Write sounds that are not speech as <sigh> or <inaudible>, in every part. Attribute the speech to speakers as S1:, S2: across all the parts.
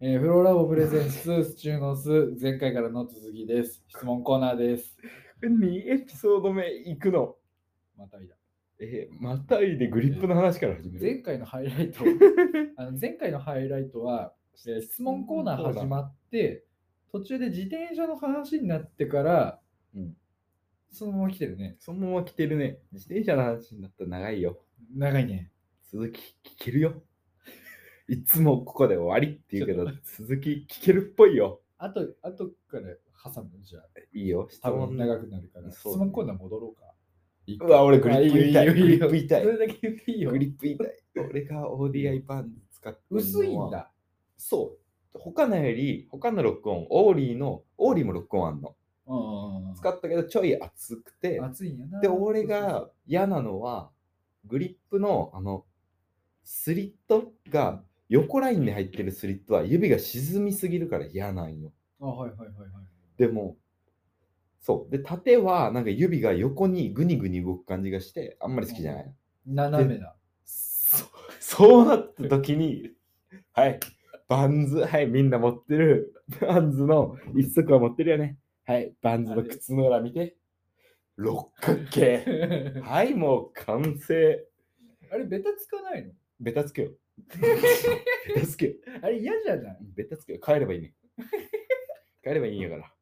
S1: えーフローラボプレゼンス、スチューノス、前回からの続きです。質問コーナーです。
S2: 2エピソード目行くの。
S1: またいだ。
S2: えー、またいでグリップの話から始める。
S1: 前回のハイラ
S2: <laughs>
S1: イト、あの前回のハイライトは、えー質問コーナー始まって、途中で自転車の話になってから、
S2: うん
S1: そのまま来てるね。
S2: そのまま来てるね。自転車の話になったら長いよ。
S1: 長いね。
S2: 続き聞けるよ。いつもここで終わりって言うけど、続き聞けるっぽいよ。
S1: あと、あとから挟むじゃあ、
S2: いいよ。質
S1: 多
S2: 問
S1: 分長くなるから、質
S2: そうね
S1: 問コーナー戻ろうか。
S2: うわ、俺グリップ痛
S1: あ
S2: い。グリップ痛い
S1: そ。れだけ言っていいよ
S2: グ。リップ痛い。俺が ODI パン使ってるのは
S1: 薄いん。だ。
S2: そう。他のより、他のロックオン、オーリーの、オーリーもロックオンあんの。
S1: うん
S2: 使ったけど、ちょい熱くて、
S1: 暑いんやな。
S2: で、俺
S1: そうそうそう
S2: が嫌なのは、グリップのあのスリットが横ラインに入ってるスリットは指が沈みすぎるから嫌なんよ。
S1: あ、はいはいはいはい。
S2: でも、そう。で、縦はなんか指が横にグニグニ動く感じがして、あんまり好きじゃない。
S1: 斜め <laughs> だ。
S2: そそうなった時に、はい、バンズ、はい、みんな持ってる、バンズの一足は持ってるよね。はい、バンズの靴の裏見て、六角形。
S1: <laughs>
S2: はい、もう完成。
S1: あれ、ベタつかないの
S2: ベタ
S1: <laughs>
S2: つけよ。ベタつけよ。
S1: あれ、嫌じゃない
S2: ベタつけよ。帰ればいいね。帰ればいいんやから。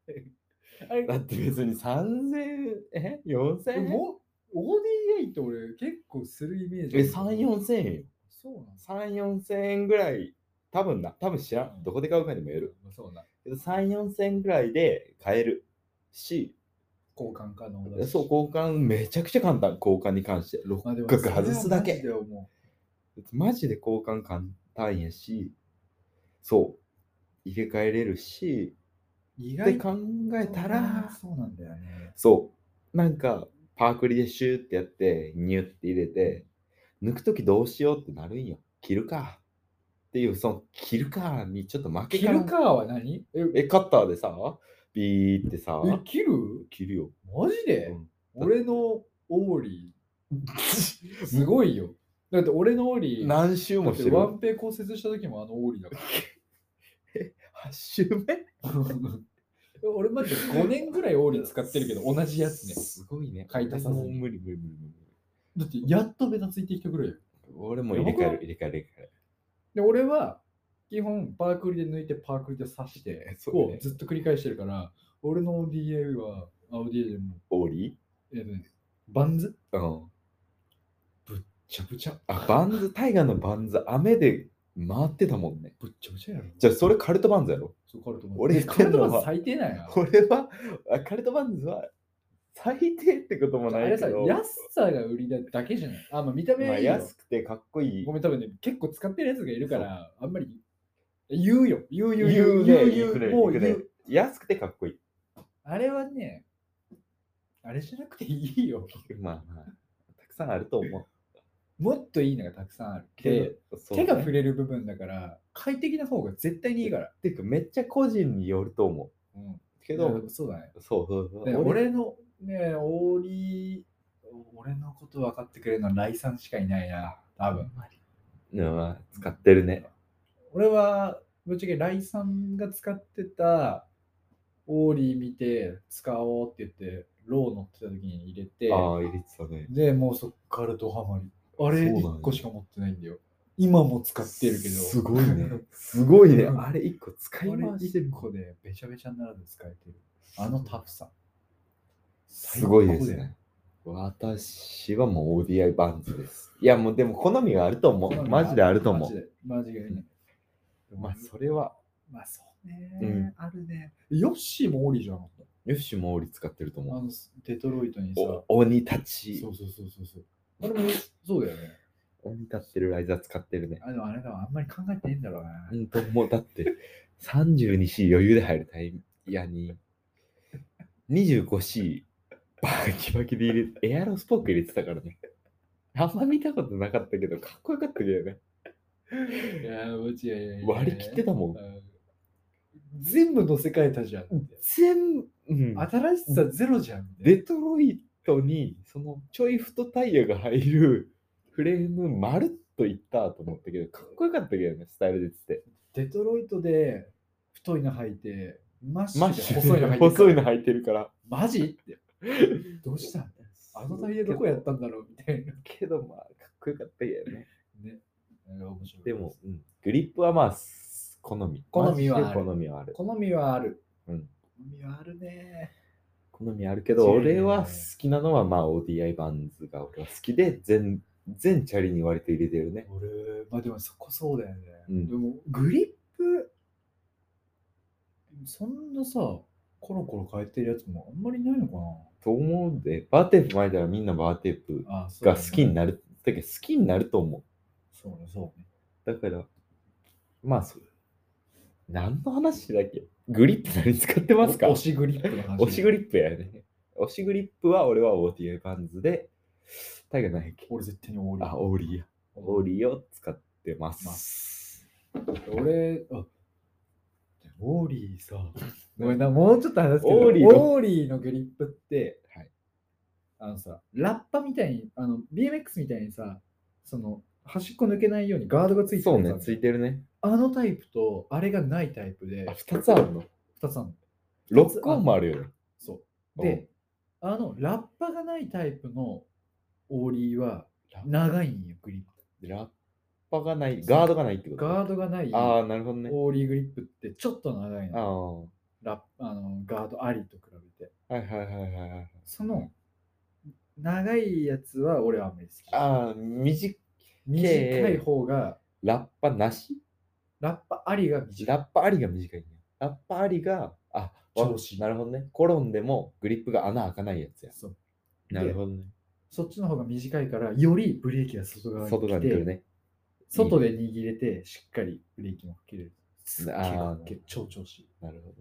S1: あれ、
S2: だって別に3000え ?4000
S1: で
S2: 円
S1: も ODA って俺結構するイメージ
S2: え、3、。4000円よ。
S1: そうなんです
S2: 3、4000円ぐらい。多分な、多分知らん。どこで買うかにもよる。
S1: まあそうな。
S2: けど3、4000円ぐらいで買えるし、
S1: 交換可能だし。
S2: そう、交換めちゃくちゃ簡単。交換に関して。六
S1: まあで
S2: 角
S1: も
S2: 外すだけ
S1: そ。れはマジで思
S2: マジで交換簡単やし、そう、入れ替えれるし、
S1: う意
S2: で
S1: 外と
S2: 考えたら、
S1: そうなんだよね。
S2: そう、なんか、パークリでシューってやって、ニュって入れて、抜くときどうしようってなるんよ。切るか。っていう、その、切るかにちょっと負け
S1: 切
S2: かな
S1: るかは何え、
S2: え、カッターでさ、ビーってさ、
S1: え切る
S2: 切るよ。
S1: マジで、
S2: うん
S1: 俺のオーリー、すごいよ。だって俺のオーリー、
S2: 何周
S1: だ
S2: も
S1: っ
S2: して
S1: て
S2: る。
S1: ワンペイ骨折した時もあのオーリーだから。
S2: 8周目
S1: <laughs> 俺マジで5年ぐらいオーリー使ってるけど同じやつね。
S2: すごいね。
S1: 買い足さずに
S2: もう無理無理無理無理。
S1: だってやっとベタついてきてくれよ。
S2: 俺も入れ替える、入れ替える、入れ替える。
S1: で、俺は基本パークリで抜いてパークリで刺して、
S2: そうね
S1: をずっと繰り返してるから、俺の ODA は、あ ODA でも、
S2: オーリ
S1: えっとねバンズ
S2: ーうん。
S1: ちゃぶちゃ。
S2: あ、バンズ、タイガーのバンズ、雨で回ってたもんね。
S1: ぶっちゃぶちゃやろ。
S2: じゃあ、それカルトバンズやろ
S1: そうカルトマン
S2: 俺
S1: え
S2: 言っ
S1: カ
S2: て
S1: ル
S2: んの
S1: ト
S2: は
S1: マン最低なんや。
S2: 俺は、あカルトバンズは最低ってことも
S1: あ
S2: ない
S1: れ
S2: け
S1: さ、
S2: ど、
S1: 安さが売りだだけじゃない。あ、まあ見た目
S2: まあ
S1: はいいよ
S2: 安くてかっこいい
S1: ご。めん、多分ね、結構使ってるやつがいるから、あんまり言うよ。言う言う
S2: ね
S1: 言
S2: いうく
S1: 言
S2: ね
S1: う。もう
S2: いくね
S1: 言う。
S2: 安くてかっこいい。
S1: あれはね、あれじゃなくていいよ。
S2: まあまあ、たくさんあると思う。
S1: もっといいのがたくさんある。で、
S2: けどそう
S1: 手
S2: ね
S1: が触れる部分だから、快適な方が絶対にいいから。
S2: てか、めっちゃ個人によると思
S1: うん。
S2: う。け
S1: け
S2: ど、
S1: ど、そうだね。
S2: そうそうそう。
S1: で俺の、ね、オーリー、俺のこと分かってくれるのはライさんしかいないな、多分。
S2: うんまあ使ってるね。
S1: 俺は、ぶっちゃけライさんが使ってたオーリー見て、使おうって言って、ロー乗ってた時に入れて、
S2: ああ、入れてたね。
S1: で、もうそっからドハマり。あれ
S2: そうなんや
S1: 1個しか持ってないんだよ。今も使ってるけど。
S2: すごいね。すごいね。
S1: うん
S2: あれ一個
S1: あ
S2: 使
S1: れ
S2: い回して
S1: 1
S2: る。
S1: 個でべちゃべちゃにならず使えてる。あのタフさ。
S2: すごいです
S1: 最高だよ。
S2: ね。私はもう ODI バンズです。いやもうでも好みがあると思
S1: 好
S2: う。
S1: みが
S2: マジであると思
S1: マジ
S2: う。
S1: で。マジでね。
S2: まあそれは、
S1: まあそうね、
S2: うん
S1: あるね。ヨッシーもオーリーじゃなかっ
S2: よしもオーリ使ってると
S1: た。あ
S2: 思う。
S1: のデトロイトにさ。そ
S2: お鬼た
S1: う
S2: ち
S1: そ。うそうそうそう。あれもそうだよね。
S2: 鬼立ってるライザー使ってるね。
S1: あでもあれだわあんまり考えてないんだろうな。
S2: うんと、もうだって、32C 余裕で入るタイムやに、25C バキバキで入れエアロスポーク入れてたからね。あんま見たことなかったけど、かっこよかったけどね。
S1: いやー、うちやいやいや
S2: 割り切ってたもん。
S1: うん全部乗せ替えたじゃん。
S2: 全部、うん、
S1: 新しさゼロじゃん。
S2: デトロイトにそのちょい太タイヤが入 <laughs> るフレームまるっといったと思ったけど、かっこよかったけどね、スタイルでつって。
S1: デトロイトで太いの履いて、マッシ
S2: マ
S1: ュ
S2: ッ
S1: で
S2: シュ
S1: 細いの履いてるから
S2: 細いの履いてるか
S1: マ
S2: ら。
S1: ジって。どうしたあのタイヤどこやったんだろうみたいな。
S2: けどまあ、かっこよかったよね。
S1: ね。なんか面白い
S2: でも、うんグリップはまあ、好み。
S1: 好みはある
S2: マジで好みはある。
S1: 好みはある。
S2: うん
S1: 好みはあるね。
S2: 好みあるけど、
S1: 違うよね
S2: 俺は好きなのはまあ、ODI バンズが俺は好きで、全、全チャリに割と入れてるね。
S1: 俺、まあでもそこそうだよね。
S2: うん
S1: でも、グリップ、そんなさ、コロコロ変えてるやつもあんまりないのか
S2: と思うんで、バーテープ巻いたらみんなバーテープ
S1: なあそう
S2: が
S1: だね
S2: 好きになる。だけど好きになると思う。
S1: そうね、そうね。
S2: だから、まあそう。何の話だっけグリップ何使ってますか
S1: お押しグリップの話。
S2: 押しグ
S1: ップ。
S2: リップやね。押しグリップは俺は OTA バンズで、タイガーないっけ
S1: 俺絶対にオーリー
S2: あ、オーリーや。オーリーを使ってます。
S1: ま俺、あでもオーリー
S2: <laughs>
S1: さ、ごめんな、もうちょっと話すけど、
S2: オ
S1: オ
S2: ー
S1: ー
S2: リ
S1: リ
S2: ー
S1: ー
S2: の
S1: のグリップって、
S2: はい
S1: あのさ、ラッパみたいに、あの BMX みたいにさ、その端っこ抜けないようにガードがついて
S2: そう
S1: るやつあ
S2: ね
S1: る、じ
S2: つ
S1: ゃん
S2: いてるね。
S1: あのタイプと、あれがないタイプで
S2: あ、、2つあるの
S1: 2つあるの。
S2: ロックオンもあるよね。
S1: そう。で、あの、ラッパがないタイプのオーリーは、長いんよ、グリッ
S2: うん、ラッパがない、ガードがないってこ
S1: プ。
S2: と
S1: ガードがない
S2: ああ、
S1: オ
S2: なるほどね。
S1: ーリーグリップってちょっと長い
S2: あ
S1: の。
S2: あ、
S1: ラ
S2: は
S1: ップあのガードありと比べて。
S2: いはいはいはいはい。
S1: その長いやつは俺はあんまり好き。
S2: ああ、短い。
S1: 短い方が
S2: ラッパなし
S1: ラッパありが短い。
S2: ラッパありが短いね。ラッパありが、あ、わ
S1: 調子
S2: なるほどね。転んでもグリップが穴開かないやつや。
S1: そう
S2: なるほどね。
S1: そっちの方が短いからよりブレーキが外側に来て
S2: 外側に来るね。
S1: 外で握れてしっかりブレーキもかけれる。すっげえ
S2: あー
S1: かっけえ超調子いい。
S2: なるほ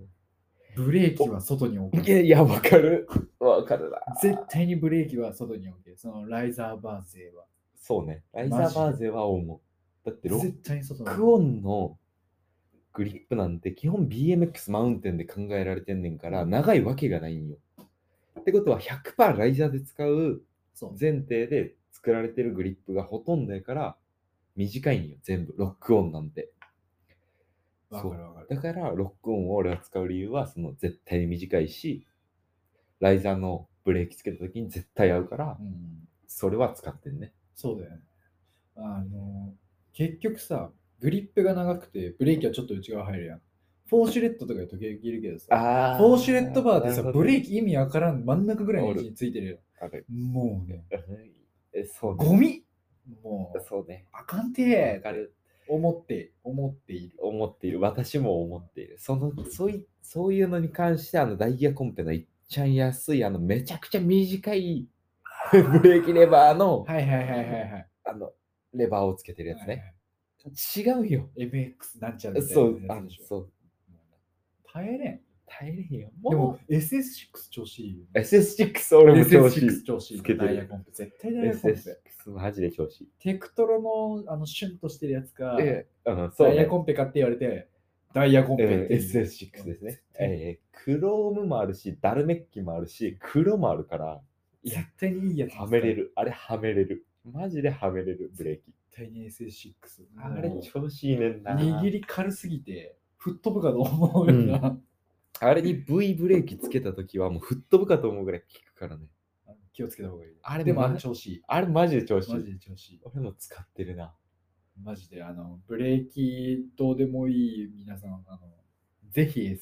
S1: ブレーキは外に置
S2: ど。
S1: く
S2: い。や、いや、わかる。わかるな。
S1: 絶対にブレーキは外に置け。そのライザーバー勢は。
S2: そうね。ライザーバーゼは思う。だってロッ
S1: 絶対に外に置
S2: クオンのグリップなんて基本 BMX マウンテンで考えられてんねんから長いわけがないんよ。ってことは100%ライザーで使う
S1: そう
S2: 前提で作られてるグリップがほとんどやから短いんよ全部ロックオンなんて
S1: わかるわかる。
S2: だからロックオンを俺が使う理由はその絶対に短いしライザーのブレーキつけた時に絶対合うから
S1: うん
S2: それは使ってんね
S1: そうだよね。あの、結局さ、グリップが長くて、ブレーキはちょっと内側入るやん。フォーシュレットとかで時々いるけどさ、
S2: あ
S1: フォーシュレットバーって
S2: で
S1: さ、ブレー
S2: キ
S1: キ意味わからん真ん中ぐらいの位置についてる
S2: ある
S1: よ。もうね、
S2: えそうね
S1: ゴミもう、
S2: そうね
S1: あかん
S2: わ
S1: て
S2: かる
S1: 思って、思っている。
S2: 思っている私も思っているそのそういそういうのに関してあのダイヤコンペのいっちゃん安いあのめちゃくちゃ短いブレーキレバーの、
S1: はいはいはいはいはい。
S2: あの、レバーをつけてるやつね。違うよ。
S1: MX なんちゃらみたいな
S2: そう、あ
S1: やつ
S2: の
S1: でしょ
S2: そう。
S1: 耐えれん。
S2: 耐えれんよ。
S1: で
S2: も
S1: も SS6 調子いいよ
S2: う、
S1: ね。
S2: SS6 俺も調子いい。
S1: SS6 調子いい
S2: つけて
S1: よ。
S2: る
S1: ダイヤコンプ。絶対ダイヤコンプ。
S2: SS6 マジで調子いい。
S1: テクトロのあのシュンとしてるやつか、
S2: ええ、うん、そう、
S1: ダイ
S2: ね
S1: ヤ。コンペかって言われて、ダイヤコンペっていう、
S2: ええ SS6 ですね。ええ、クロームもあるし、ダルメッキもあるし、黒もあるから、
S1: 絶対にいいやつ。
S2: はめれ。る。あれ、はめれる。マジではめれる、ブレーキ。
S1: 絶対に SS6。
S2: あれ
S1: も、う
S2: 調子いいねんな。
S1: 握り軽すぎて、吹っ飛ぶかと思うような。
S2: あれに V ブレーキつけたときは、もう吹っ飛ぶかと思うぐらい効くからね。
S1: 気をつけた方がいい。
S2: あれ
S1: でも、あ
S2: マ
S1: れ
S2: ジ
S1: 調子いい。
S2: あれ、マジで調子い
S1: マ
S2: い
S1: ジ。で調子いい。
S2: 俺も使ってるな。
S1: マジで、あの、ブレーキどうでもいい皆さん、あの、ぜひ
S2: S6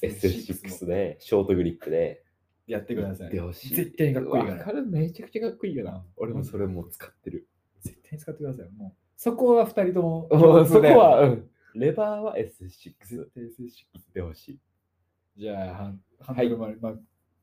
S1: SS6 を
S2: で、ショートグリップで。
S1: やってください。
S2: ほし
S1: 絶対にかっこいいから
S2: わかる、めちゃくちゃかっこいいよな。俺もそれもう使ってる。
S1: 絶対に使ってください。もう、 <laughs> そこは2人とも
S2: <laughs> そ
S1: 共通
S2: こ
S1: だよ。
S2: は、うんレバーは S6
S1: 絶対 SS6。
S2: でほしい。
S1: じゃあ、ハンハンドルまで、まあ、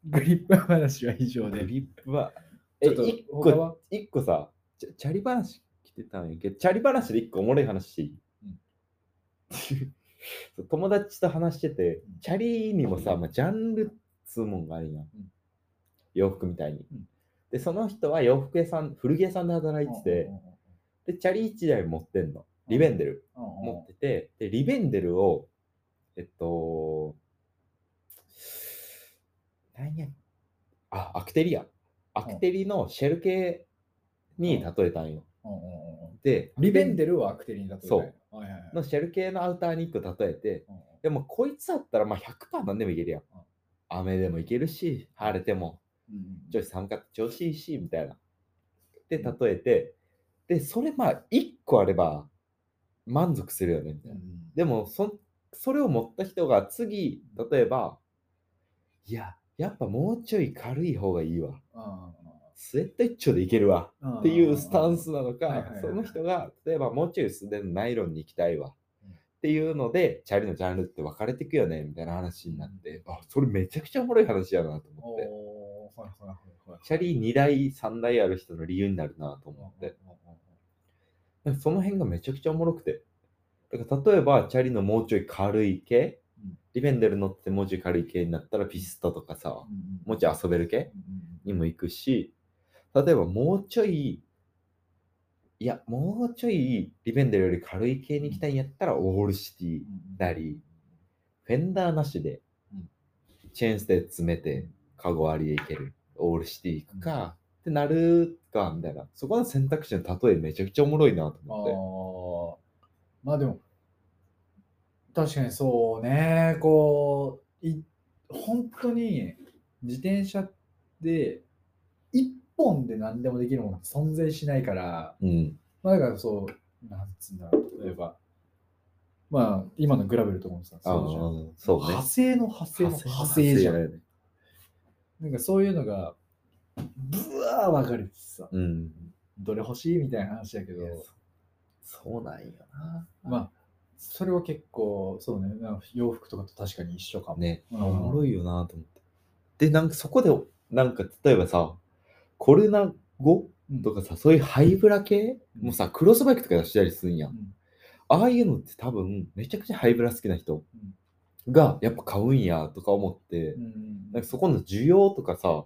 S1: グリップ話は以上
S2: グ
S1: で。
S2: リップは、え、
S1: ちょっと
S2: 一
S1: 他
S2: 個、
S1: は
S2: 一個さ、チャチャリ話来てたんやけど、チャリ話で一個おもろい話していい、
S1: うん
S2: <laughs> そう友達と話してて
S1: うん、
S2: チャリにもさ、まあ、ジャンルっつうもんがあるやん。
S1: ん
S2: 洋服みたいに。
S1: うん
S2: で、その人は洋服屋さん、古着屋さんで働いてて、で、チャリ1台持ってんの。リベンデル
S1: うんうんうんうん
S2: 持ってて、で、リベンデルを、えっと、何やあ、アクテリや。アクテリのシェル系に例えたんよ。
S1: うんうんうん
S2: で、
S1: リベンデルはアクテリンだと
S2: そう。
S1: はいはいはい
S2: のシェル系のアウターに1個例えて、
S1: うん
S2: でもこいつだったらまあ100%何でもいけるやん
S1: うん。
S2: 雨でもいけるし、晴れても、
S1: うん
S2: ちょい寒かった調子いいし、みたいな。で、例えて、で、それまあ1個あれば満足するよね、みたいな。
S1: うん
S2: でもそ、それを持った人が次、例えば、いや、やっぱもうちょい軽い方がいいわ。
S1: あ
S2: スウェット一丁でいけるわ。
S1: ー
S2: っていうスタンスなの
S1: はい
S2: か
S1: はいはい、
S2: その人が、例えばもうちょい薄手のナイロンに行きたいわ。
S1: うん
S2: っていうので、チャリのジャンルって分かれていくよね、みたいな話になって、あ、それめちゃくちゃおもろい話やなと思って。
S1: おーはいはいはいはい
S2: チャリ2台、3台ある人の理由になるなと思って。なんかその辺がめちゃくちゃおもろくて。だから例えば、チャリのもうちょい軽い系
S1: うん、
S2: リベンデル乗ってもうちょい軽い系になったらピストとかさ、もうち
S1: ろ
S2: ょい遊べる系
S1: ん
S2: にも行くし、例えばもうちょい、いや、もうちょいリベンデルより軽い系に行きたいんやったら、オールシティ、なりフェンダーなしで
S1: うん、
S2: チェーンステ詰めて、カゴありで行ける、オールシティ行くか、ってなるか、みたいな。そこの選択肢の例えめちゃくちゃおもろいなと
S1: あ
S2: 思っ
S1: ー
S2: て。
S1: まあでも確かにそうねこうい本当に自転車で一本で何でもできるものって存在しないから
S2: うん。
S1: まあだからそうなんつうんだろう例えばまあ今のグラベルとかもさ
S2: あ
S1: そうじゃん
S2: ーそうね。
S1: 派生の派生の派生じゃんなんかそういうのがブワー分かれてさ
S2: うん。
S1: どれ欲しいみたいな話やけど
S2: いやそうなんよな。
S1: まあそれは結構そうねなんか洋服とかと確かに一緒かも
S2: ね、
S1: う
S2: お
S1: ん
S2: もろいよなと思って。で、なんかそこで、なんか例えばさ、コロナ後
S1: うん
S2: とかさ、そういうハイブラ系
S1: うん
S2: もうさ、クロスバイクとか出したりするんや。
S1: うんん
S2: ああいうのって多分、めちゃくちゃハイブラ好きな人がやっぱ買うんやとか思って
S1: う、ん
S2: なんかそこの需要とかさ、
S1: うんうん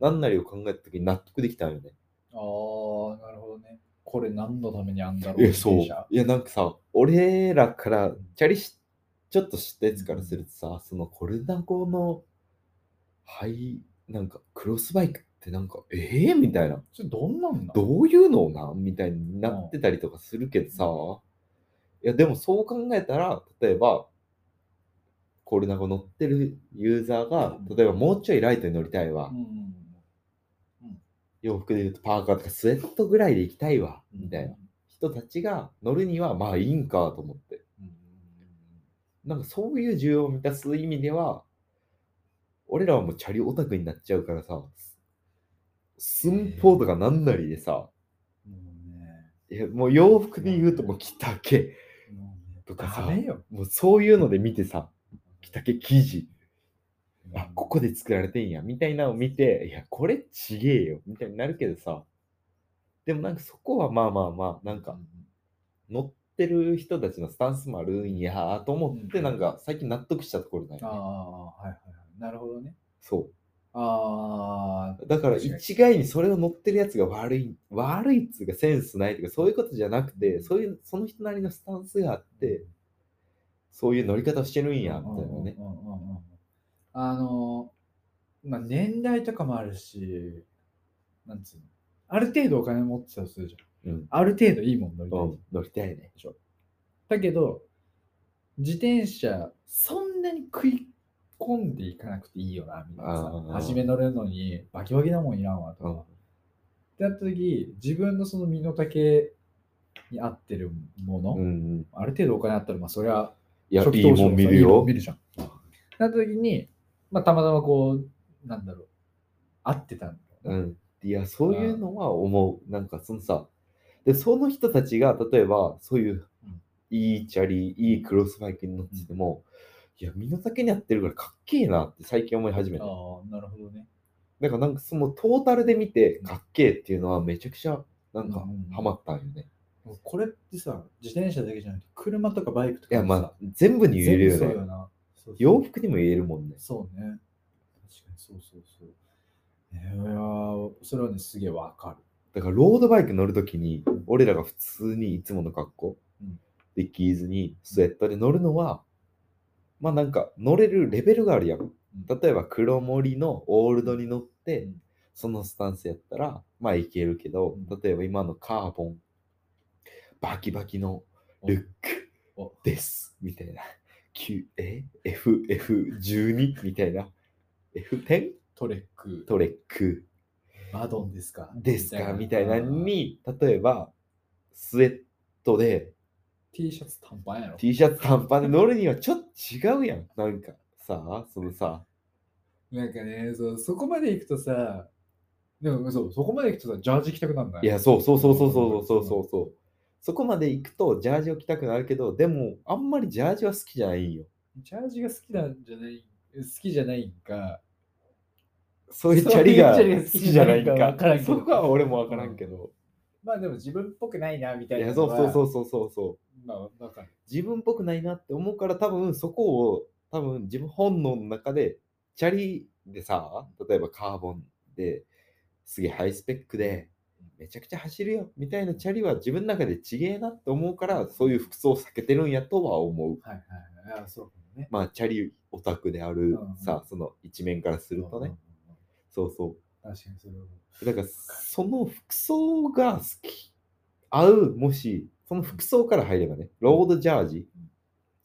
S2: 何なりを考えた時に納得できたんよね。
S1: あーなるほどねこれ何のためにあんだろう
S2: え、そう。
S1: 自
S2: い
S1: 転車
S2: や、なんかさ、俺らから、チャリし、ちょっと知ったやつからするとさ、そのコルナ語の、はい、なんか、クロスバイクってなんか、えー、みたいな、
S1: それどんなんだ
S2: どういうのなんみたいになってたりとかするけどさ、いや、でもそう考えたら、例えば、コルナ語乗ってるユーザーが
S1: うん、
S2: 例えばもうちょいライトに乗りたいわ、
S1: うんうん
S2: 洋服で言うとパーカーとかスウェットぐらいで行きたいわ、
S1: うん
S2: みたいな人たちが乗るには、まあいいんかと思って。
S1: うん
S2: なんかそういう需要を満たす意味では、俺らはもうチャリオタクになっちゃうからさ、寸法とかなんなりでさ、
S1: もうね
S2: いやもう洋服で言うともう着丈、
S1: もうね
S2: とかさ
S1: ダメよ
S2: もうそういうので見てさ、着丈生地、あ、ここで作られてんや、みたいなのを見て、いや、これちげえよ、みたいになるけどさ、でもなんかそこはまあまあまあ、なん
S1: う
S2: か
S1: ん
S2: 乗ってる人たちのスタンスもあるんやと思っ
S1: う
S2: て、
S1: ん
S2: なんか最近納得したところだ
S1: ああ
S2: よね。
S1: はいはいはいなるほどね
S2: そう。
S1: ああ
S2: だから
S1: 確かに
S2: 一概にそれを乗ってるやつが悪い悪いっつうかセンスないとかそういうことじゃなくてそういうその人なりのスタンスがあってそういう乗り方をしてるんやみたいなね
S1: うんうんうんうんうんあの、まあ、年代とかもあるし、なんつうの、ある程度お金持ってたとするじゃん。
S2: うん
S1: ある程度いいもん乗りたい、
S2: うん乗りたいね
S1: だけど、自転車、そんなに食い込んでいかなくていいよな、みたいな
S2: あー
S1: さ。初め乗るのに、バキバキなもんいらんわ、とか。
S2: う
S1: っ
S2: ん
S1: てなった時、自分のその身の丈に合ってるもの、
S2: うん
S1: ある程度お金あったら、まあ、そりゃ
S2: いや
S1: 初
S2: い
S1: 期
S2: い
S1: 投資
S2: もん見る
S1: いいも
S2: よ
S1: ん見るじゃん。なった時に、まあ、たまたまこう、なんだろう、合ってたんだろ
S2: う
S1: うね
S2: んいやそういうのは思うなんかそのさでその人たちが例えばそういう
S1: うん
S2: いいチャリいいクロスバイクに乗っててもいや身の丈に合ってるからかっけえなって最近思い始めた
S1: ああ、なるほどね。
S2: だからなんかそのトータルで見て
S1: うん
S2: かっけえっていうのはめちゃくちゃなんか
S1: うんうん
S2: ハマったんよね。
S1: これってさ、自転車だけじゃなくて、車とかバイクと
S2: い
S1: か
S2: や
S1: も
S2: ま
S1: さ
S2: あ全部に言えるよ
S1: 全部そう
S2: ね。
S1: な。そうそう
S2: 洋服にも言えるもんね。
S1: そうね。確かにそうそうそう。いやーそれはね、すげえわか
S2: だからロードバイク乗るときに俺らが普通にいつもの格好
S1: うん
S2: でギーズにスウェットで乗るのはまあなんか乗れるレベルがあるやん。
S1: る。
S2: 例えば黒森のオールドに乗って
S1: うん
S2: そのスタンスやったらまあいけるけど
S1: うん
S2: 例えば今のカーボンバキバキのルック
S1: お
S2: ですみたいな Q え FF12 みたいな F10
S1: トレック、
S2: トレック
S1: バドンですか
S2: ですかみたいなの。に例えばスウェットで
S1: T シャツ短パンやろ。
S2: T シャツ短パンで乗るにはちょっと違うやんなんかさそのさ
S1: なんかねそう、そこまで行くとさ、でもそう、そこまで行くとさ、ジャージ着たくなんない
S2: いやそうそうそうそうそうそうそうそうそこまで行くとジャージを着たくなるけどでもあんまりジャージは好きじゃないんよ
S1: ジャージが好きなんじゃない好きじゃないんか。
S2: そういうチャリが
S1: そういうチャリが好
S2: 好き
S1: き
S2: じ
S1: じ
S2: ゃ
S1: ゃ
S2: な
S1: ないい
S2: ん
S1: ん
S2: か
S1: か
S2: そこは俺もわからんけど。
S1: まあでも自分っぽくないなみた
S2: い
S1: いなの
S2: や、
S1: は。
S2: そうそうそうそうそうそう。
S1: まあわかる。
S2: 自分っぽくないなって思うから、多分そこを、多分自分本能の中で、チャリでさ、例えばカーボンですげえハイスペックで、めちゃくちゃ走るよみたいなチャリは自分の中でちげえなって思うから、そういう服装を避けてるんやとは思う。
S1: はいはいはい。あそうかもね。
S2: まあ、チャリオタクである
S1: うん
S2: さ、その一面からすると
S1: う
S2: ね
S1: ん。。
S2: そうそう。
S1: 確かにそれは。
S2: だからその服装が好き合うもしその服装から入ればねロードジャージ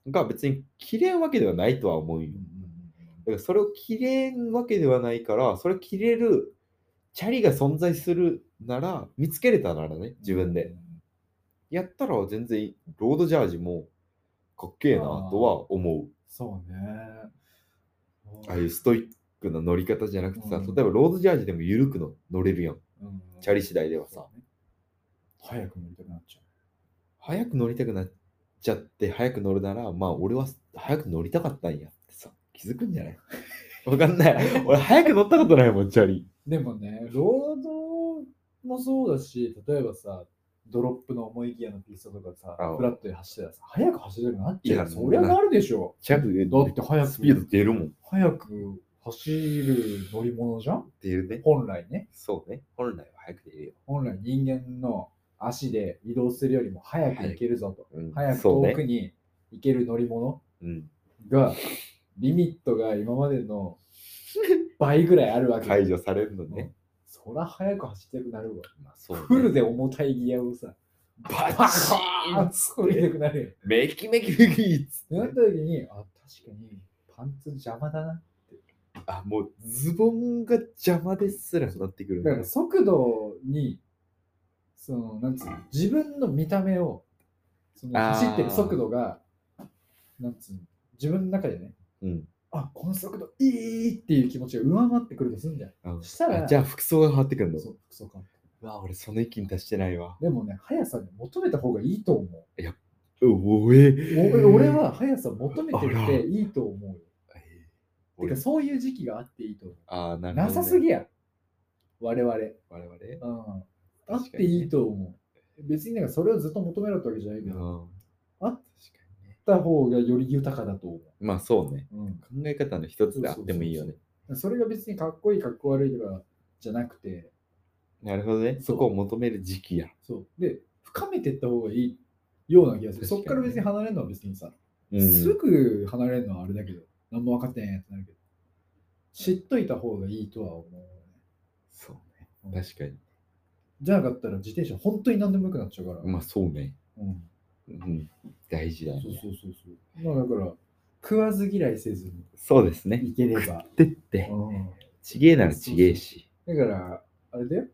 S2: が別に着れんわけではないとは思
S1: う
S2: う
S1: んう
S2: よ
S1: ん
S2: だからそれを着れんわけではないからそれ着れるチャリが存在するなら見つけれたならね自分で。やったら全然ロードジャージもかっけえなとは思う
S1: そうね。
S2: ああいうストイックな乗り方じゃなくてさ、
S1: うん
S2: 例えばロードジャージでも緩くの乗れるやん
S1: うん
S2: チャリ次第ではさ。
S1: 早く乗りたくなっちゃ
S2: 早く乗りたくなっちゃって早く乗るならまあ俺は早く乗りたかったんやってさ気づくんじゃない <laughs> わか
S1: <laughs>
S2: んない俺早く乗ったことないもんチャリ
S1: う。でもね、ロードもそうだし、例えばさ、ドロップの重いギアのピストとかさ
S2: あ、
S1: フラットで走ってたらさ、早く走りたくなっち
S2: い
S1: ゃ
S2: や
S1: う。そりゃなるでしょ。
S2: チャリ
S1: だって早く
S2: スピード出るもんっ
S1: 早く走る乗り物じゃん
S2: ていうね
S1: 本来ね。
S2: そうね本来は早く出るよ、
S1: 本来人間の足で移動するよりも早く行けるぞと。
S2: うん
S1: 早く
S2: そう
S1: 遠
S2: ね
S1: くに行ける乗り物
S2: うん
S1: が、リミットが今までの倍ぐらいあるわけ
S2: 解除されるのね、
S1: そら早く走りたくなるわ。
S2: まあそうね
S1: フルで重たいギアをさ、
S2: バ
S1: バ
S2: チ
S1: カ
S2: ー
S1: ーン
S2: ン
S1: 作りたくなる
S2: メキメキメキっつ
S1: よ。なった時に、あ、確かにパンツ邪魔だな。
S2: あもうズボンが邪魔ですらなってくる
S1: だから速度に、その、なんつうの、自分の見た目を、その
S2: あー
S1: 走ってる速度が、なんつうの、自分の中でね、
S2: うん
S1: あ、この速度いいっていう気持ちが上回ってくるとすんじゃん。
S2: うん
S1: したら
S2: あじゃあ服装が変わってくるの
S1: そう、そうか。
S2: うわ俺その域に達してないわ
S1: でもね、速さに求めた方がいいと思う。
S2: おおえ
S1: お俺俺は速さ求めてるっていいと思うよ。て
S2: 俺
S1: かそういう時期があっていいと思
S2: ああ、な
S1: う。
S2: るほど、
S1: な
S2: ね。
S1: さすぎや。我々。
S2: 我々。
S1: うん。あっ
S2: 確か
S1: て
S2: にね
S1: いいと思う。別になんかそれをずっと求めろってわけじゃないけ
S2: うん。
S1: ど、あ
S2: 確
S1: っ
S2: かにね。
S1: た方がより豊かだと思
S2: まあそうね。
S1: う。うん。
S2: 考え方の一つであってもいいよね。
S1: それが別にかっこいい、かっこ悪いとかじゃなくて、
S2: なるほどね。
S1: そう
S2: そこを求める時期や。
S1: そう。で、深めていった方がいいような気がする。そっ
S2: 確か
S1: か
S2: に
S1: ら別
S2: ね
S1: に離れるのは別にさ、
S2: う
S1: す
S2: ん。
S1: ぐ離れるのはあれだけど、何も分かってないやつなるけど、知っといた方がいいとは思うね。
S2: そうね。
S1: うん
S2: 確かに。
S1: じゃなかったら自転車本当に何でもよくなっちゃうから。
S2: まあそうね。
S1: うん、
S2: うん。大事だ
S1: そう
S2: ね。
S1: そうそうそう。まあだから、食わず嫌いせずに
S2: そうですね。
S1: いければ。
S2: でって、
S1: うん、
S2: ちげえならちげえし。
S1: だから、あれだよ。うん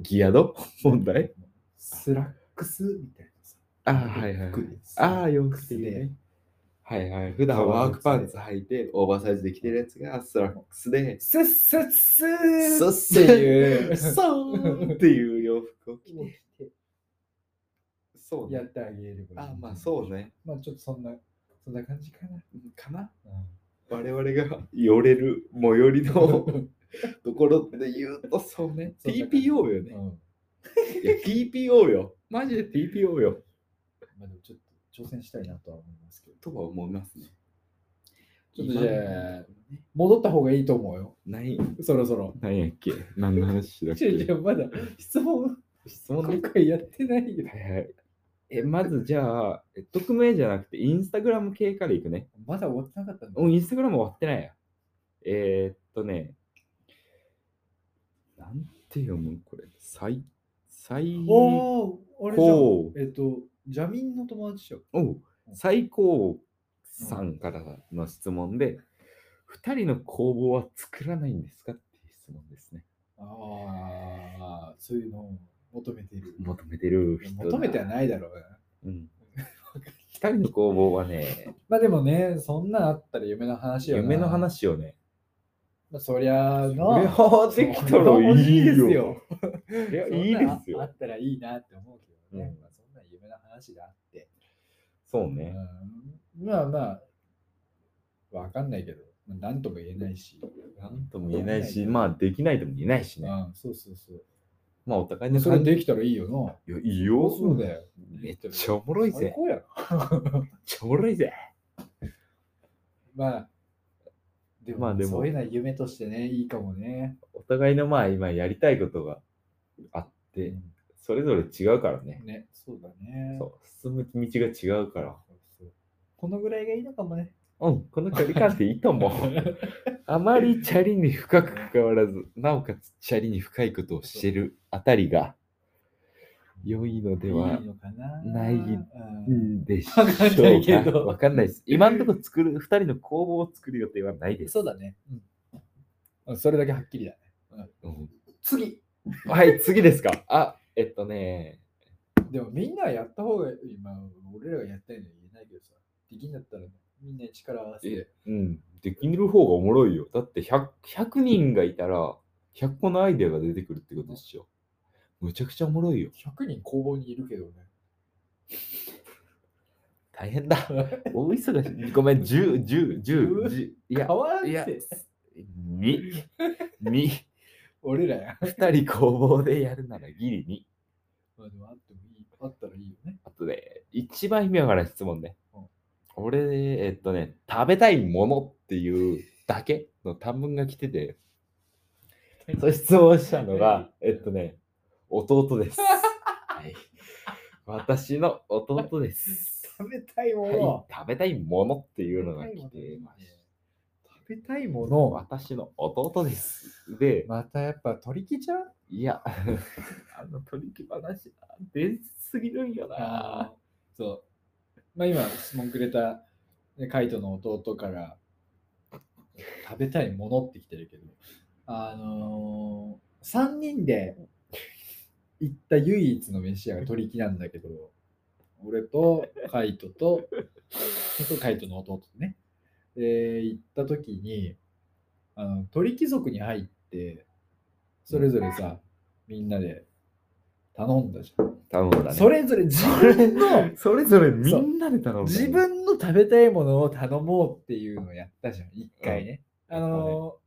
S2: ギアの問題
S1: スラックスみたいなさ。
S2: ああ、はいはいはい
S1: 服で。す
S2: ああ、洋服で、ね。はいはい。普段ワークパンツ履いて、オーバーサイズで着てるやつがスラックスで、
S1: スッスッス
S2: ス
S1: ー
S2: ッ
S1: っ
S2: ス
S1: ていう
S2: そうーんっていう洋服を着て。そう
S1: や
S2: ね
S1: っ。てあげればいい。
S2: あ、まあそう
S1: ね。
S2: ね。
S1: まあちょっとそんな、そんな感じかな。
S2: かな
S1: う
S2: 我々が寄れる最寄 <laughs> りの
S1: <laughs>
S2: と
S1: ん
S2: ころで言うとそうね。
S1: そんな感じ
S2: TPO よ
S1: う
S2: ね。
S1: ん
S2: いや TPO よ。マジで TPO よ。
S1: まあでもちょっと挑戦したいなとは思いますけど。
S2: とは思いますね。
S1: ちょっとじゃあ、戻った方がいいと思うよ。
S2: ない、
S1: そろそろ。
S2: なんやっけ何の話だっ
S1: 違う違
S2: け
S1: う、まだ質問
S2: 質問ね
S1: 今。回やってないよ。
S2: はいはい。え、まずじゃあ、え匿名じゃなくてインスタグラム系からいくね。
S1: まだ終わってなかったんだ。
S2: もうインスタグラム終わってないや。えー、っとね、なんて読むこれ。最、最、
S1: おー、あれじゃん
S2: こう
S1: えっと、ジャミンの友達よ。
S2: おう最高さんからの質問で、二人の工房は作らないんですかっていう質問ですね。
S1: ああ、そういうのを求めている。
S2: 求めてる人だ。
S1: 求めてはないだろうな。
S2: うん。二人の工房はね、
S1: まあでもね、そんなんあったら夢の話よな。
S2: 夢の。話をね、
S1: まあ、そりゃあ
S2: これ
S1: の。
S2: はできたらいいですよ。い
S1: そ
S2: や
S1: んなん
S2: いいです
S1: あ
S2: よ。
S1: ったらいいなって思うけどね。
S2: うん
S1: まあ、そんな夢の話があって。
S2: そうね。
S1: うんまあまあ、わかんないけど、まあなんとも言えないし。
S2: なんとも言えないし、まあできないとも言えないしね。
S1: あ、そうそうそう。
S2: まあお互いの
S1: それ
S2: 感じ
S1: できたらいいよな。
S2: いや、いいよ。
S1: そうだよ。
S2: めっちゃおもろい
S1: 最
S2: ぜ。めっ
S1: 高やな。
S2: ちゃおもろいぜ。
S1: まあ、でも,、
S2: まあでも
S1: そういうのは夢としてね、いいかもね。
S2: お互いのまあ今やりたいことがあって、それぞれ違うからね。
S1: ね、そうだね。
S2: そう、進む道が違うから。
S1: そうそうこのぐらいがいいのかもね。
S2: うん、この距離感でいいと思う。 <laughs> あまりチャリに深く関わらず、なおかつチャリに深いことをしてるあたりが良いのではい
S1: いのかな。
S2: ない
S1: うん
S2: でしょ
S1: わかんないうけ
S2: か。
S1: ど
S2: わかんないです。今のところ作る、二人の工房を作る予定はないです。
S1: そうだね、うん。それだけはっきりだね。
S2: うん
S1: 次
S2: はい、次ですか。あ、えっとね、
S1: でもみんなはやった方がいい。まあ、俺らがやったいのは言えないけどさ。できんだったらみんな力を合わせて。
S2: うん、できる方がおもろいよ。だって 100, 100人がいたら、100個のアイデアが出てくるってことでしょ。むちゃくちゃおもろいよ。
S1: 100人工房にいるけどね。
S2: 大変だ。 <laughs> 大忙しい。ごめん、10、10、10、10いや
S1: 変、わん
S2: いや
S1: て。
S2: 2、2、
S1: 俺らや。
S2: 2人工房でやるならギリ2。
S1: まあでもあってもいい。あったらいいよね。
S2: あとね、一番意味わからない質問ね
S1: うん。
S2: 俺、えっとね、食べたいものっていうだけの短文が来てて、そう質問したのが、えっとね、弟 <laughs> です。はい、私の弟です。
S1: 食べたいもの。
S2: はい、食べたいものっていうのが来てました。
S1: 食べたいもの
S2: 私の弟です。で、
S1: またやっぱ取り木ちゃん
S2: いや、 <laughs> あの取り木話、伝説すぎるんよな。
S1: そう。まあ今質問くれた、ね、カイトの弟から食べたいものって来てるけど、あのー、3人で行った唯一の飯屋が取り木なんだけど、俺とカイトと、とカイトの弟とね、で行った時に、あの鳥貴族に入って、それぞれさ、みんなで頼んだじゃん。
S2: 頼んだね。
S1: それぞれ自分
S2: <laughs>
S1: の
S2: それぞれみんなで頼んだね、
S1: 自分の食べたいものを頼もうっていうのをやったじゃん、一回ね。
S2: うん
S1: あのー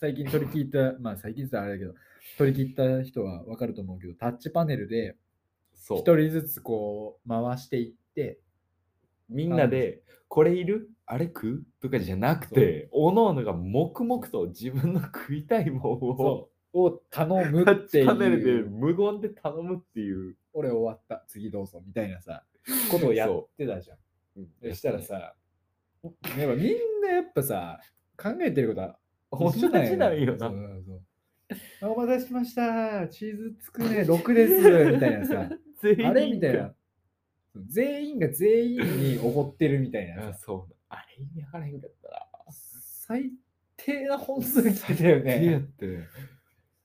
S1: 最近取り切った、まあ最近って言ったらあれだけど、取り切った人はわかると思うけど、タッチパネルで
S2: そう
S1: 一人ずつこう回していって、
S2: みんなで、これいるあれ食うとかじゃなくて、おのおのが黙々と自分の食いたいもんを
S1: そ、を頼む
S2: タ
S1: っ
S2: ッ
S1: て
S2: チ
S1: い
S2: パネルで
S1: う、
S2: 無言で頼むっていう。
S1: 俺終わった、次どうぞみたいなさ、ことをやってたじゃん。そしたら、さ、やっぱみんなやっぱさ、考えてることは
S2: 同じなんよ
S1: そう
S2: な
S1: そ。うそうあお待たせしました。チーズつくね6です。みたいなさ。
S2: <laughs> 全員
S1: あれみたいな。全員が全員に怒ってるみたい
S2: あ
S1: なさ。
S2: そうあれ意味わからへんかったら。
S1: 最低な本数来てたよ
S2: 手やっ
S1: ね。
S2: て。
S1: い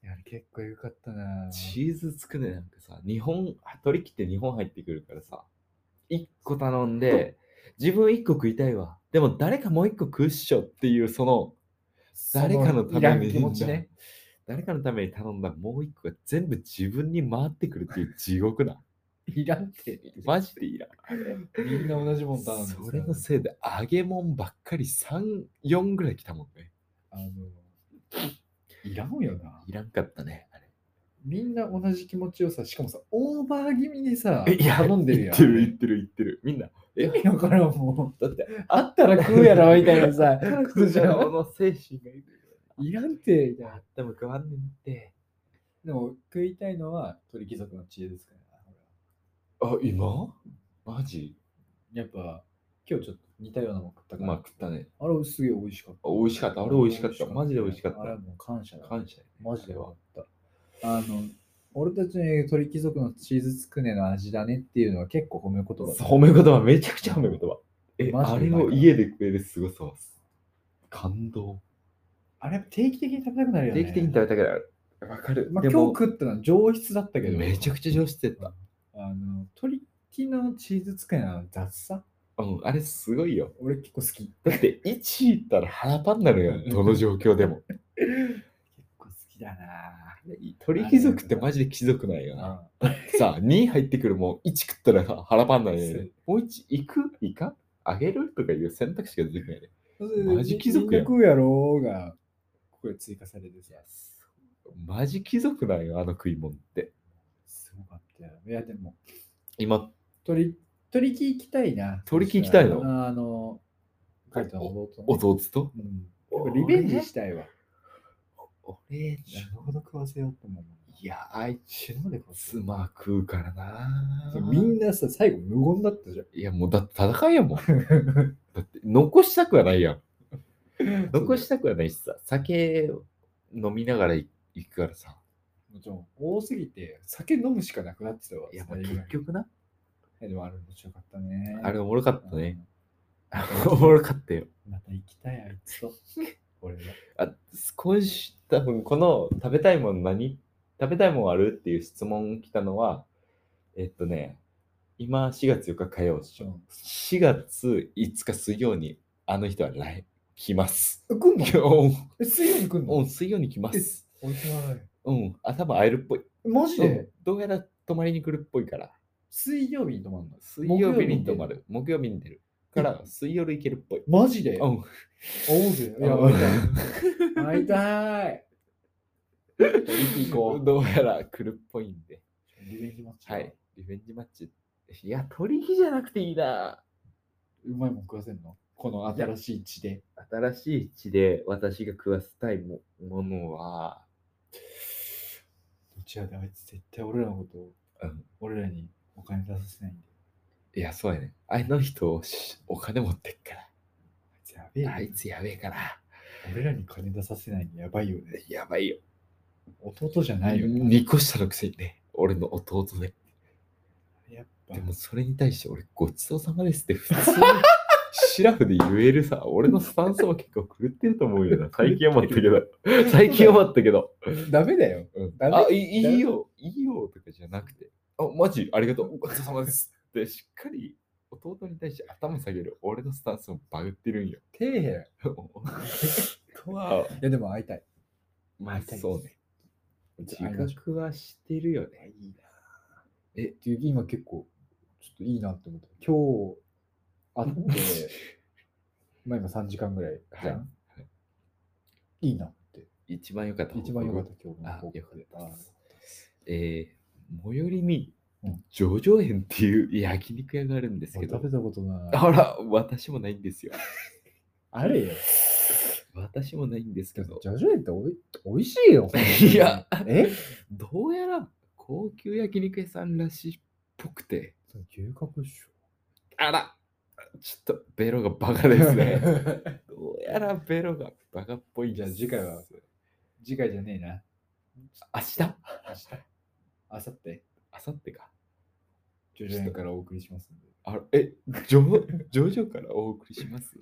S1: や結構よかったな。
S2: チーズつくねなんかさ、日本、あ取り切って日本入ってくるからさ、1個頼んで、自分1個食いたいわ。でも誰かもう1個食うっしょっていう、その、誰かのた
S1: そいら
S2: め
S1: ん
S2: に
S1: 気持ちね。
S2: 誰かのために頼んだもう1個が全部自分に回ってくるっていう地獄 <laughs> な。
S1: いらんって。
S2: マジでいらん。
S1: みんな同じもん頼んで
S2: それのせいで揚げ物ばっかり3、4ぐらい来たもんね。
S1: あのいらんよな。
S2: いらんかったね。あれ
S1: みんな同じ気持ちをさ、しかもさ、オーバー気味にさ、
S2: えいや
S1: 頼んでるやん。
S2: 言ってる言ってる言ってる。みんな。え
S1: 意味わからんも
S2: だって、
S1: う。あったら食うやろみたいなさ、
S2: クジラの精神がいる。
S1: いらんて、みたいな
S2: あ。っても食わんねんって。
S1: でも食いたいのは鳥貴族の知恵ですから、
S2: あ、今マジ
S1: やっぱ今日ちょっと似たようなもん食ったから、
S2: まあ食ったね。
S1: あれすげえ美味しかった。
S2: あ美味しかったあれ美味しかったマジで美味しかった
S1: あれはもう感謝だ。
S2: 感謝、ね。
S1: マジで
S2: あれ
S1: よか
S2: は。
S1: った。あの、俺たちの言う鳥貴族のチーズつくねの味だねっていうのは結構褒め言葉だ
S2: 褒め言葉、めちゃくちゃ褒め言葉。え、
S1: マジ
S2: あ
S1: で
S2: れ
S1: うまいから
S2: を家で食えるすごさは、感動。
S1: あれ定期的に食べたくなるよね
S2: 定期的に食べたくなる。わかる。
S1: まあ、
S2: で
S1: 今日
S2: も
S1: 食ったのは上質だったけど
S2: めちゃくちゃ上質だった。
S1: あの鳥貴のチーズつくねの雑さ
S2: うん、あれすごいよ。
S1: 俺結構好き結
S2: だって1位いったら腹パンになるよ。どの状況でも。
S1: 構好きだな
S2: 鳥貴族ってマジで貴族なんよな。
S1: あ
S2: さあ、2位入ってくるもん、1食ったらさ腹パンになるよね。もう1行く行かんあげるとかいう選択肢が出てくるよね。マジ貴族やん
S1: 貴族やろうがここで追加されてさ
S2: マジ貴族なんよ、あの食い物って。
S1: すごかったよいやでも
S2: 今、
S1: 鳥鳥貴行きたいな
S2: 鳥貴行きたいの
S1: そしたらあのカイトの弟ね
S2: 弟と
S1: うんやっぱリベンジしたいわ
S2: 俺、
S1: るほど食わせようと思う
S2: いや、あいつ
S1: 死ぬまで食わせよう
S2: 妻食うからな。
S1: みんなさ最後無言だったじゃん
S2: いや、もうだって戦いやもん。だって残したくはないやん。残したくはないしさ、酒飲みながら行くからさ。
S1: もちろん多すぎて酒飲むしかなくなってたわ。
S2: いや、まあ
S1: 最後
S2: 結局な。
S1: えでもあれ面白かったね。
S2: あれおもろかったね。
S1: あ
S2: おもろかったよ。
S1: また行きたいあいつと。 <laughs> 俺が。
S2: あ、少し多分この食べたいもの何食べたいものあるっていう質問来たのは、えっとね、今4月4日火曜っしょ。4月5日水曜にあの人は来来 <laughs> ます。
S1: うん。来んの
S2: うん
S1: え、水曜に来ん
S2: う
S1: の
S2: ん水曜に来ます。
S1: おいしない。
S2: うん、あ、多分会えるっぽい。
S1: マジ
S2: うん
S1: で
S2: どうやら泊まりに来るっぽいから。
S1: 水曜日に泊まんの
S2: 水曜日に泊
S1: 泊
S2: ま。る。木曜日に出る。から、水曜日行けるっぽい。
S1: マジで
S2: う
S1: お
S2: ん。
S1: うぜ。いや、
S2: うん
S1: 会いたい。会いた
S2: <laughs>
S1: い。リピ行こう
S2: どうやら来るっぽいんで。
S1: リベンジマッチ。
S2: はい。。リベンジマッチ。いや、取引じゃなくていいな。
S1: うまいもん食わせんのこの新しい地で。
S2: 新しい地で私が食わせたいもものは、
S1: どちらであいつ絶対俺らのことを
S2: うん、
S1: 俺らにお金出させないんで。
S2: いや、そうやね。あの人、しお金持ってっか
S1: あいつやべえよ
S2: ら。あいつやべえから。
S1: 俺らに金出させないのやばいよね。
S2: やばいよ。
S1: 弟じゃないよね。
S2: 2個下のくせにね、俺の弟で。
S1: やっぱ
S2: でもそれに対して俺、ごちそうさまですって普通に。シラフで言えるさ、俺のスタンスは結構狂ってると思う <laughs> よな。最近思ったけど、最近思ったけど。
S1: <laughs> ダメだよ。
S2: うん
S1: ダメ
S2: あいいいいよ、いいよとかじゃなくて、あ、マジありがとう、ごちそうさまですって、しっかり弟に対して頭下げる俺のスタンスもバグってる
S1: <laughs>
S2: んよ。
S1: 底辺。い
S2: とは、
S1: やでも会いたい。
S2: まあ
S1: 会いたい
S2: そうね。自
S1: 会いましょ
S2: 覚はしてるよね。
S1: いいな。
S2: え
S1: っていう今結構ちょっといいなって思った。今日会
S2: <laughs>
S1: って、まあ今3時間ぐらいじゃん。、
S2: はいいはい
S1: いなって。
S2: 一番良かった。
S1: 一番良かった。今日の
S2: あ
S1: 報告
S2: よかったですえー、最寄りに
S1: うん、
S2: ジョジョ園っていう焼肉屋があるんですけ
S1: 俺
S2: ど
S1: 食べ、たことない。
S2: あら、私もないんですよ。
S1: あれよ。
S2: 私もないんですけど、
S1: ジャジュエンっておいおいしいよ。
S2: いや。
S1: え
S2: どうやら高級焼肉屋さんらしいっぽくて、
S1: それ牛角っしょ。
S2: あらちょっとベロがバカです <laughs> ね。どうやらベロがバカっぽいです
S1: じゃあ次回は <laughs> 次回じゃねえな。
S2: 明日明
S1: 明日。明後日。
S2: 後日か。
S1: ジョジョ園からお送りしますんで。
S2: あえ、ジョ、ジョジョからお送りし <laughs> ます。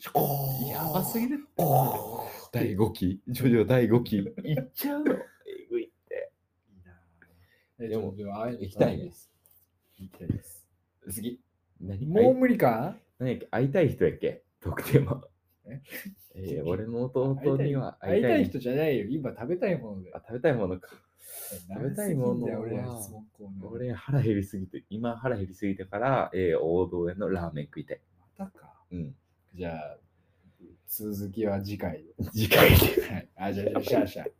S2: やばすぎる。
S1: お
S2: 第5期、ジョジョ第5期。いっちゃうの。えぐいって。
S1: いいなぁえ
S2: でも
S1: ちょっとあ。
S2: 行きたいです
S1: 行きたいです。
S2: 次。何
S1: もう
S2: も
S1: 無理か
S2: 何やっけ会いたい人やっけ特定は。
S1: え
S2: えー、俺の弟には
S1: 会いたい人じゃないよ。今食べたいもので
S2: あ。食べたいものか。食べたいもの
S1: だよ
S2: は
S1: 俺ら質問コーナー
S2: 俺腹減りすぎて、今腹減りすぎてから、えー、王道へのラーメン食いたい。
S1: またか。
S2: うん。
S1: じゃあ、続きは次回で。
S2: 次回で。
S1: はい。あ、じゃあ、シャーシャー。